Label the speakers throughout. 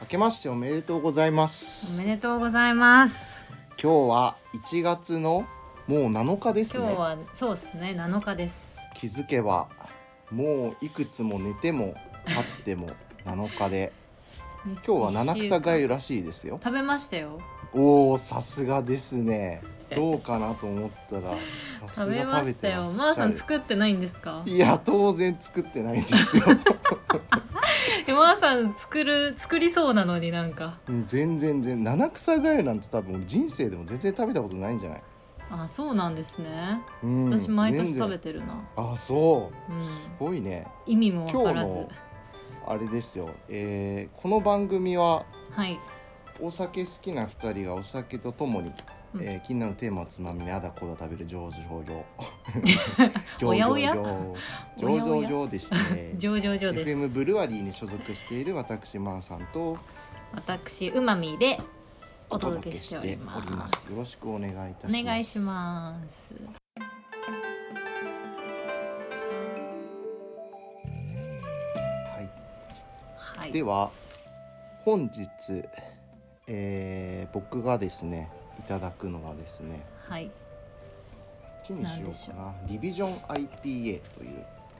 Speaker 1: 明けましておめでとうございま
Speaker 2: お
Speaker 1: す
Speaker 2: めでとうございます。
Speaker 1: 今日は1月のもう7日です
Speaker 2: 今
Speaker 1: ね
Speaker 2: 日はそうですね、7日です。
Speaker 1: 気づけばもういくつも寝ても立っても7日で今日は七草がゆらしいですよ
Speaker 2: 食べましたよ。
Speaker 1: おおさすがですねどうかなと思ったらさす
Speaker 2: 食べ
Speaker 1: が
Speaker 2: ま
Speaker 1: 食べ
Speaker 2: した
Speaker 1: てら
Speaker 2: よ。
Speaker 1: っし
Speaker 2: まー
Speaker 1: ゃ
Speaker 2: さん
Speaker 1: る
Speaker 2: 作ってないんですか？
Speaker 1: いや当然作ってないですよ、
Speaker 2: えまーさん作る作りそうなのになんか。
Speaker 1: うん、全然全然七草がゆなんて多分人生でも全然食べたことないんじゃない、
Speaker 2: あ、そうなんですね。
Speaker 1: うん、
Speaker 2: 私毎年食べ
Speaker 1: て
Speaker 2: てるな。
Speaker 1: あそう
Speaker 2: うん。
Speaker 1: すごいね
Speaker 2: 意味もわからず
Speaker 1: 今日。あれですよ、えーこの番組は
Speaker 2: はい。
Speaker 1: お酒好きな2人がお酒とともに、
Speaker 2: うん
Speaker 1: えー気になるテーマをつまみにあだこだ食べる上々上
Speaker 2: おやおや
Speaker 1: 上々上々でして
Speaker 2: 上々上です。
Speaker 1: FM ブルワリーに所属している私マーさんと
Speaker 2: 私うまみで
Speaker 1: お
Speaker 2: お
Speaker 1: 届
Speaker 2: 届
Speaker 1: け
Speaker 2: け
Speaker 1: し
Speaker 2: してて
Speaker 1: お
Speaker 2: お
Speaker 1: り
Speaker 2: り
Speaker 1: ます
Speaker 2: ます。
Speaker 1: よろしくお願いいた
Speaker 2: お
Speaker 1: します
Speaker 2: 願いします。
Speaker 1: はい
Speaker 2: はい。
Speaker 1: では本日、えー僕がですねいただくのはですね
Speaker 2: はい。
Speaker 1: こっちにしよ
Speaker 2: 何で
Speaker 1: う
Speaker 2: し
Speaker 1: か
Speaker 2: ょ
Speaker 1: なディビジョン IPA という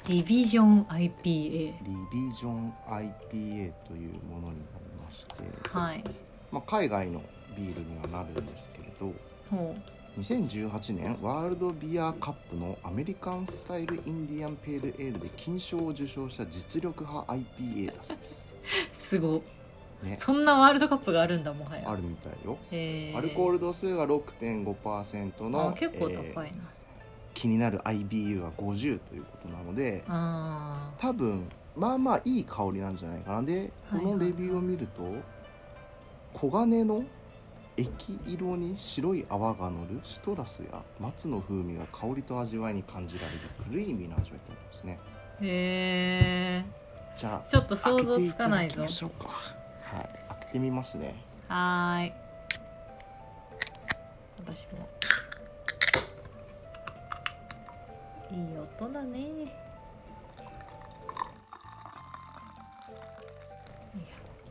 Speaker 2: ディビジョン IPA。
Speaker 1: リビジョン IPA というものになりまして、
Speaker 2: はい。
Speaker 1: まあ、海外のビールにはなるんですけれど
Speaker 2: ほう。
Speaker 1: 2018年ワールドビアカップのアメリカンスタイルインディアンペールエールで金賞を受賞した実力派 IPA だそうです。
Speaker 2: すごっ
Speaker 1: ね、
Speaker 2: そんなワールドカップがあるんだもはや
Speaker 1: あるみたいよ。
Speaker 2: へー
Speaker 1: アルコール度数が6.5%の
Speaker 2: あ結構
Speaker 1: え
Speaker 2: 高いな、
Speaker 1: ー気になる IBU が50ということなので
Speaker 2: あ
Speaker 1: 多分まあまあいい香りなんじゃないかなでこ
Speaker 2: はいはい
Speaker 1: のレビューを見ると、黄金の液色に白い泡が乗るシトラスや松の風味が香りと味わいに感じられるクリーミーな味わいとなりますね
Speaker 2: ーへ
Speaker 1: じゃ
Speaker 2: ー
Speaker 1: あ
Speaker 2: ちょっと想像つかな
Speaker 1: 開けていただ
Speaker 2: い
Speaker 1: き
Speaker 2: ぞ
Speaker 1: ましょうかはい開けてみますね
Speaker 2: はーい私もいい音だねいや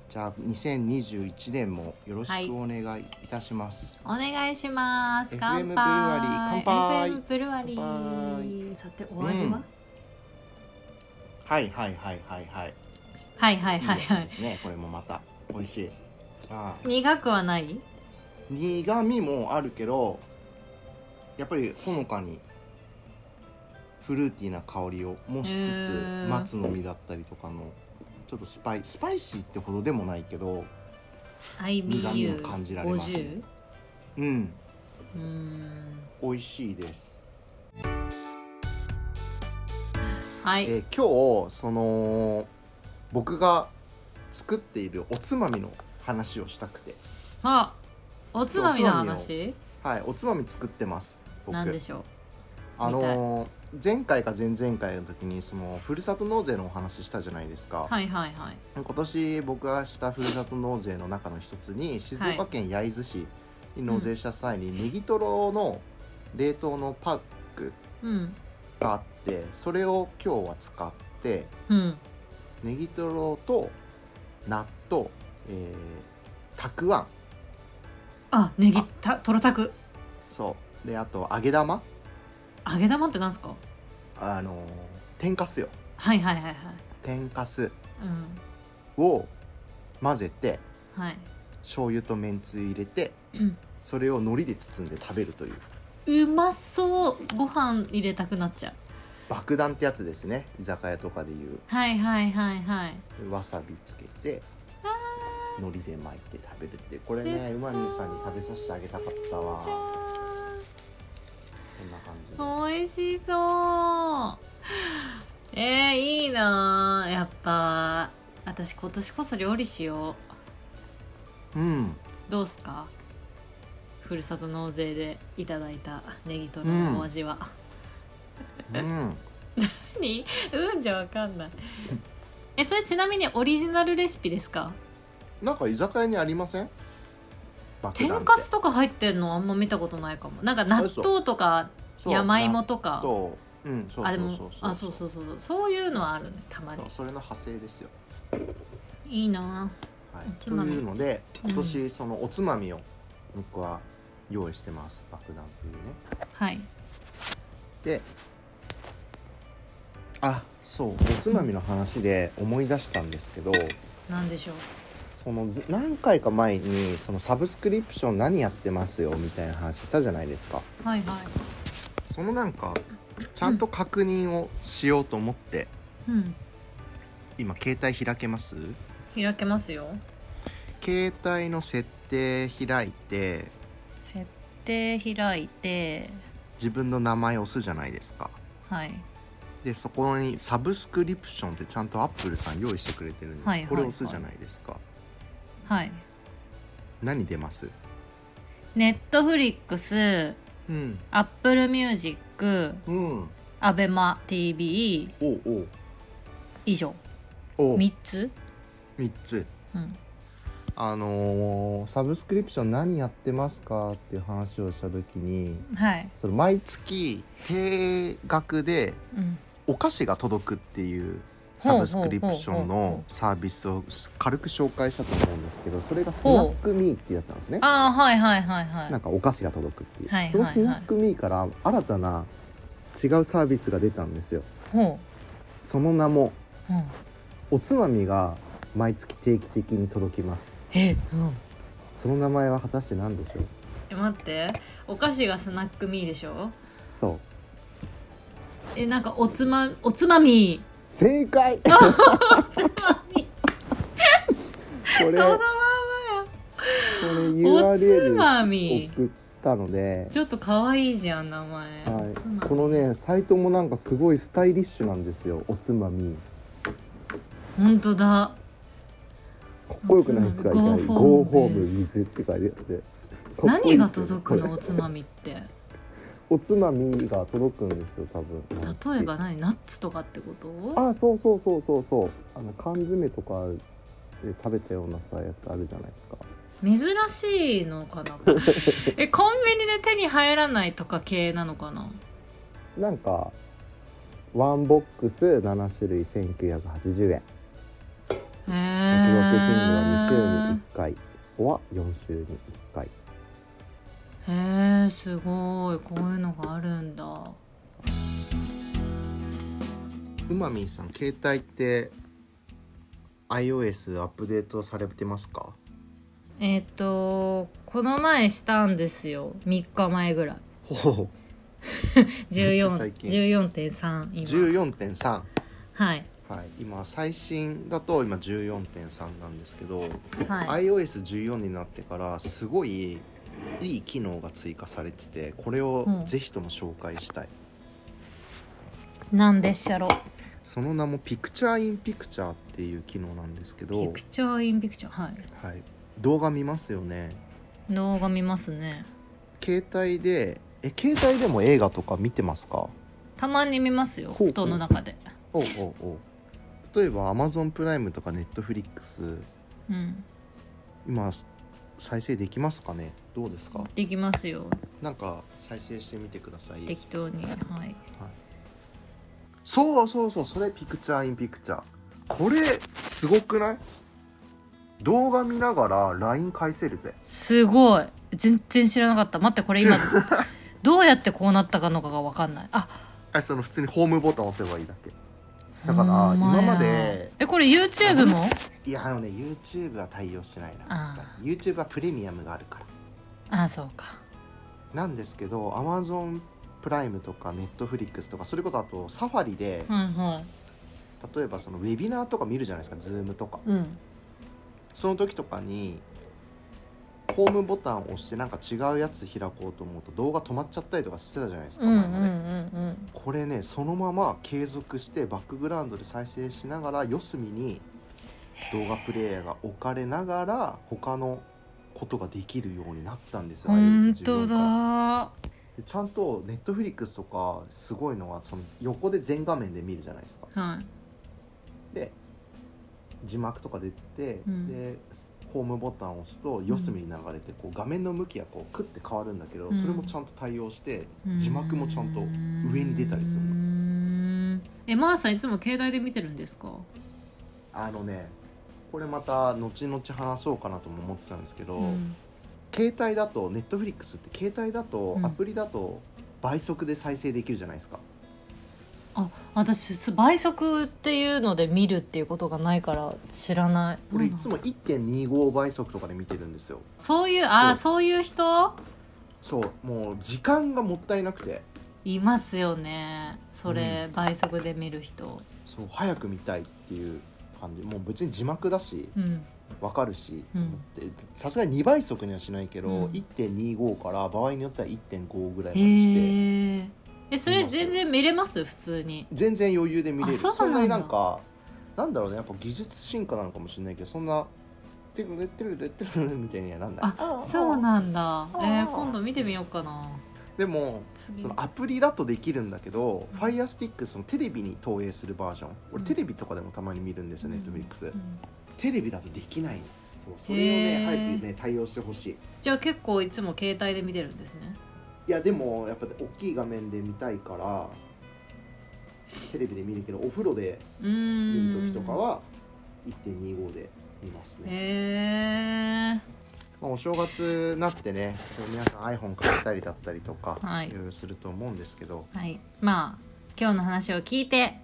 Speaker 1: じゃあ2021年もよろし
Speaker 2: はい
Speaker 1: くお願いいたします、
Speaker 2: お願いします
Speaker 1: FM
Speaker 2: 乾杯
Speaker 1: ブルワリー乾杯
Speaker 2: FM ブルワリ
Speaker 1: 乾
Speaker 2: ーさてお味は、
Speaker 1: うんはい、はいはいはいはい
Speaker 2: はいはい
Speaker 1: いい
Speaker 2: はいは
Speaker 1: やつ
Speaker 2: い
Speaker 1: ですね、これもまた美味しいああ
Speaker 2: 苦くはない
Speaker 1: 苦味もあるけどやっぱりほのかにフルーティーな香りをもしつつ
Speaker 2: へー
Speaker 1: 松の実だったりとかのちょっとスパイスパイシーってほどでもないけど苦味を感じられますね
Speaker 2: IBU50
Speaker 1: うん
Speaker 2: うーん
Speaker 1: 美味しいです、
Speaker 2: はい、
Speaker 1: えー今日その僕が作っているおつまみの話をしたくて
Speaker 2: あおつまみの
Speaker 1: おつま
Speaker 2: 話
Speaker 1: はいおつまみ作ってます僕
Speaker 2: なんでしょ
Speaker 1: あのー前回か前々回の時にそのふるさと納税のお話ししたじゃないですか、
Speaker 2: うはいはいはい
Speaker 1: 今年僕がしたふるさと納税の中の一つに静岡県焼津市に納税した際にネギトロの冷凍のパック
Speaker 2: うん
Speaker 1: があってそれを今日は使って
Speaker 2: うん
Speaker 1: ネギトロと納豆、えー、たくあん
Speaker 2: あネギ
Speaker 1: あ
Speaker 2: たとろたく
Speaker 1: そうであと揚げ玉
Speaker 2: 揚げ玉ってなんすか
Speaker 1: あのー天かすよ
Speaker 2: はいはいはいはい
Speaker 1: 天かす
Speaker 2: うん
Speaker 1: を混ぜて
Speaker 2: はい
Speaker 1: 醤油とめんつゆ入れて
Speaker 2: うん
Speaker 1: それを海苔で包んで食べるという
Speaker 2: うまそうご飯入れたくなっちゃう
Speaker 1: 爆弾ってやつですね居酒屋とかでいう
Speaker 2: はいはいはいはい
Speaker 1: わさびつけて海苔で巻いて食べるってこれねうまみさんに食べさせてあげたかったわこんな感じで
Speaker 2: 美味しそうえー、いいなーやっぱ私今年こそ料理しよ
Speaker 1: うん
Speaker 2: うどうすかふるさと納税でいただいたネギトロのお味は、
Speaker 1: うん
Speaker 2: 何うんじゃわかんないえそれちなみにオリジナルレシピですか
Speaker 1: なんか居酒屋にありません爆弾っ
Speaker 2: 天
Speaker 1: て
Speaker 2: かすとか入ってるのあんま見たことないかもなんか納豆とか
Speaker 1: そう
Speaker 2: 山芋とか
Speaker 1: 納豆うんそう
Speaker 2: あ
Speaker 1: そ
Speaker 2: でも
Speaker 1: うそうそう
Speaker 2: あそうそうそうそうそういうのはあるねたまに
Speaker 1: そうそれの派生ですよ
Speaker 2: いいな
Speaker 1: はい
Speaker 2: お、つ
Speaker 1: と
Speaker 2: まみ
Speaker 1: いうので
Speaker 2: うん
Speaker 1: 今年そのおつまみを僕は用意してます、爆弾というね
Speaker 2: はい
Speaker 1: であそうおつまみの話で思い出したんですけど
Speaker 2: なんでしょう
Speaker 1: そのず何回か前にそのサブスクリプション何やってますよみたいな話したじゃないですか
Speaker 2: はいはい
Speaker 1: そのなんかちゃんと確認をしようと思って
Speaker 2: うん
Speaker 1: 今携帯開けます
Speaker 2: 開けますよ
Speaker 1: 携帯の設定開いて
Speaker 2: 設定開いて
Speaker 1: 自分の名前押すじゃないですか
Speaker 2: はい
Speaker 1: でそこにサブスクリプションってちゃんとアップルさん用意してくれてるんです、
Speaker 2: はいはい
Speaker 1: これ押すじゃないですか
Speaker 2: はい
Speaker 1: 何出ます
Speaker 2: ネットフリックス
Speaker 1: うん
Speaker 2: アップルミュージック
Speaker 1: うん
Speaker 2: アベマ t v
Speaker 1: おうおう
Speaker 2: 以上
Speaker 1: おう
Speaker 2: 3つ、
Speaker 1: 3つ
Speaker 2: うん、
Speaker 1: あのーサブスクリプション何やってますかっていう話をした時に
Speaker 2: はい、
Speaker 1: その毎月定額で
Speaker 2: うん、
Speaker 1: お菓子が届くっていうサブスクリプション
Speaker 2: ほうほうほうほ
Speaker 1: のサービスを軽く紹介したと思うんですけどそれがスナックミーっていうやつなんですね
Speaker 2: ああはいはいはいはい
Speaker 1: なんかお菓子が届くっていう、
Speaker 2: はい
Speaker 1: その
Speaker 2: はい
Speaker 1: スナックミーから新たな違うサービスが出たんですよ
Speaker 2: ほ
Speaker 1: その名も
Speaker 2: う、うん、
Speaker 1: おつまみが毎月定期的に届きます
Speaker 2: え、うん
Speaker 1: その名前は果たして何でしょう
Speaker 2: え、待ってお菓子がスナックミーでしょ
Speaker 1: そう
Speaker 2: えなんかおつまおつまみ
Speaker 1: 正解
Speaker 2: おつまみ
Speaker 1: こ
Speaker 2: そ
Speaker 1: れ
Speaker 2: のまん
Speaker 1: こ
Speaker 2: ま
Speaker 1: れ
Speaker 2: やおつ
Speaker 1: URL
Speaker 2: まみ
Speaker 1: 送ったので、
Speaker 2: ちょっと可愛いじゃん名前、おつま
Speaker 1: は
Speaker 2: み
Speaker 1: い、このねサイトもなんかすごいスタイリッシュなんですよおつまみ
Speaker 2: 本当だ
Speaker 1: かっこよくないですかい
Speaker 2: おつ
Speaker 1: き
Speaker 2: ま
Speaker 1: な
Speaker 2: み
Speaker 1: り「
Speaker 2: ゴ
Speaker 1: ゴ
Speaker 2: ー
Speaker 1: ー
Speaker 2: ホ
Speaker 1: ホ
Speaker 2: ー
Speaker 1: ー
Speaker 2: ム
Speaker 1: ム
Speaker 2: で
Speaker 1: 水」って書いてあってかっこい
Speaker 2: 何
Speaker 1: い
Speaker 2: が
Speaker 1: ですよ
Speaker 2: 届くのおつまみって
Speaker 1: おつまみが届くんですよ多分
Speaker 2: 例えば何ナッツとかってこと
Speaker 1: あそうそうそうそうそうあの缶詰とかで食べたようなさやつあるじゃないですか
Speaker 2: 珍しいの かなえコンビニで手に入らないとか系なのかな
Speaker 1: なんかワンボックス7種類1980円お届け頻
Speaker 2: へ
Speaker 1: 度は2週
Speaker 2: ー
Speaker 1: に1回は4週に1回
Speaker 2: へーすごいこういうのがあるんだ
Speaker 1: うまみんさん携帯って iOS アップデートされてますか
Speaker 2: えっ、とこの前したんですよ3日前ぐらい
Speaker 1: ほめっちゃ最
Speaker 2: 14
Speaker 1: 近
Speaker 2: 14.3
Speaker 1: う
Speaker 2: 今
Speaker 1: 14.3
Speaker 2: はい
Speaker 1: はい、今最新だと今14.3なんですけど、
Speaker 2: はい
Speaker 1: iOS14 になってからすごいいい機能が追加されててこれを
Speaker 2: うん
Speaker 1: ぜひとも紹介したい、
Speaker 2: なんでっしゃろ
Speaker 1: その名もピクチャーインピクチャーっていう機能なんですけ
Speaker 2: ピ
Speaker 1: ど
Speaker 2: ク、チャーインピクチャーはい
Speaker 1: はい、動画見ますよね
Speaker 2: 動画見ますね
Speaker 1: 携帯でえ携帯でも映画とか見てますか
Speaker 2: たまに見ますよ
Speaker 1: ほう
Speaker 2: 布団の中で
Speaker 1: おうおうおう例えば Amazon プライムとか Netflix
Speaker 2: うん
Speaker 1: 今再生できますかねどうですか
Speaker 2: できますよ
Speaker 1: なんか再生してみてください
Speaker 2: 適当にはい
Speaker 1: そうそうそうそれピクチャーインピクチャーこれすごくない動画見ながら LINE 返せるぜ
Speaker 2: すごい全然知らなかった待ってこれ 今どうやってこうなったかのかが分かんないあ
Speaker 1: あその普通にホームボタン押せばいいだけだから
Speaker 2: ほんや
Speaker 1: 今まで
Speaker 2: えこれ YouTube も
Speaker 1: いやあのね YouTube は対応してない
Speaker 2: あ
Speaker 1: YouTube はプレミアムがあるから
Speaker 2: あそうか
Speaker 1: なんですけど Amazon プライムとか Netflix とかそれこそあとサファリで
Speaker 2: はいは
Speaker 1: 例えばそのウェビナーとか見るじゃないですか Zoom とか
Speaker 2: いうん
Speaker 1: その時とかにホームボタンを押してなんか違うやつ開こうと思うと動画止まっちゃったりとかしてたじゃないですか、
Speaker 2: うんうん
Speaker 1: 前
Speaker 2: う
Speaker 1: まで
Speaker 2: ん
Speaker 1: これねそのまま継続してバックグラウンドで再生しながら四隅に動画プレイヤーが置かれながら他のことができるようになったんですよ
Speaker 2: うん本
Speaker 1: iOS
Speaker 2: 当
Speaker 1: 14から
Speaker 2: だ
Speaker 1: でちゃんと Netflix とかすごいのはその横で全画面で見るじゃないですか
Speaker 2: はい
Speaker 1: で字幕とか出てて、
Speaker 2: うん
Speaker 1: でホームボタンを押すと四隅に流れてこう画面の向きがこうクッて変わるんだけど、
Speaker 2: うん
Speaker 1: それもちゃんと対応して字幕もちゃんと上に出たりする
Speaker 2: うーんえマーさんいつも携帯で見てるんですか
Speaker 1: あのねここれまた後々話そうかなとも思ってたんですけど、
Speaker 2: うん
Speaker 1: 携帯だとネットフリックスって携帯だと
Speaker 2: うん
Speaker 1: アプリだと倍速で再生できるじゃないですか、
Speaker 2: 私す倍速っていうので見るっていうことがないから知らない
Speaker 1: これい
Speaker 2: なんだ
Speaker 1: つも1.25倍速とかで見てるんですよ
Speaker 2: そういうああ
Speaker 1: そう
Speaker 2: そういう人
Speaker 1: そうもう時間がもったいなくて
Speaker 2: いますよねそれ、倍速で見る人
Speaker 1: そう早く見たいっていう感じもう別に字幕だし
Speaker 2: うん
Speaker 1: わかるし
Speaker 2: うん
Speaker 1: 思ってさすがに2倍速にはしないけど、
Speaker 2: うん
Speaker 1: 1.25から場合によっては1.5ぐらいま
Speaker 2: へ
Speaker 1: でして。
Speaker 2: ええそれ全然見れます普通に
Speaker 1: 全然余裕で見れる
Speaker 2: あそうなんだ
Speaker 1: んなになんかなんだろうねやっぱ技術進化なのかもしれないけどそんな「てくれてるてくれてる」みたいにはなんない
Speaker 2: あそうなんだ
Speaker 1: あ
Speaker 2: えー
Speaker 1: あ
Speaker 2: 今度見てみようかな
Speaker 1: でも
Speaker 2: 次
Speaker 1: そのアプリだとできるんだけど、
Speaker 2: うん
Speaker 1: Firestick そのテレビに投影するバージョン
Speaker 2: う
Speaker 1: 俺
Speaker 2: ん
Speaker 1: テレビとかでもたまに見るんですよ、Netflix
Speaker 2: うん
Speaker 1: テレビだとできないのそうそれをね
Speaker 2: へー
Speaker 1: 早くね対応してほしい
Speaker 2: じゃあ結構いつも携帯で見てるんですね
Speaker 1: いやでもやっぱ大きい画面で見たいからテレビで見るけどお風呂で
Speaker 2: うー
Speaker 1: 見
Speaker 2: ん
Speaker 1: る時とかは1.25で見ますね、
Speaker 2: へえ
Speaker 1: まあ、お正月になってね皆さん iPhone 買ったりだったりとか、
Speaker 2: はい
Speaker 1: いろいろすると思うんですけど
Speaker 2: はいまあ今日の話を聞いて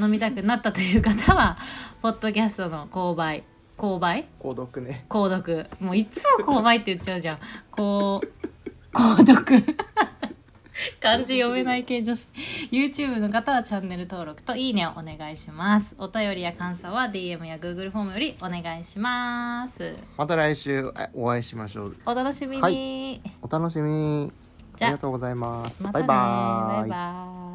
Speaker 2: 飲みたくなったという方はポッドキャストの購買購買
Speaker 1: 購読ね
Speaker 2: 購読もういつも購買って言っちゃうじゃんこう購読 漢字読めない系女子 YouTube の方はチャンネル登録といいねをお願いしますお便りや感想は DM や Google フォームよりお願いします
Speaker 1: また来週あお会いしましょう
Speaker 2: お楽しみに、
Speaker 1: はお楽しみに
Speaker 2: じ
Speaker 1: あ
Speaker 2: ゃあ
Speaker 1: りがとうございます
Speaker 2: また
Speaker 1: バ
Speaker 2: ね
Speaker 1: イバーイ
Speaker 2: バイバイ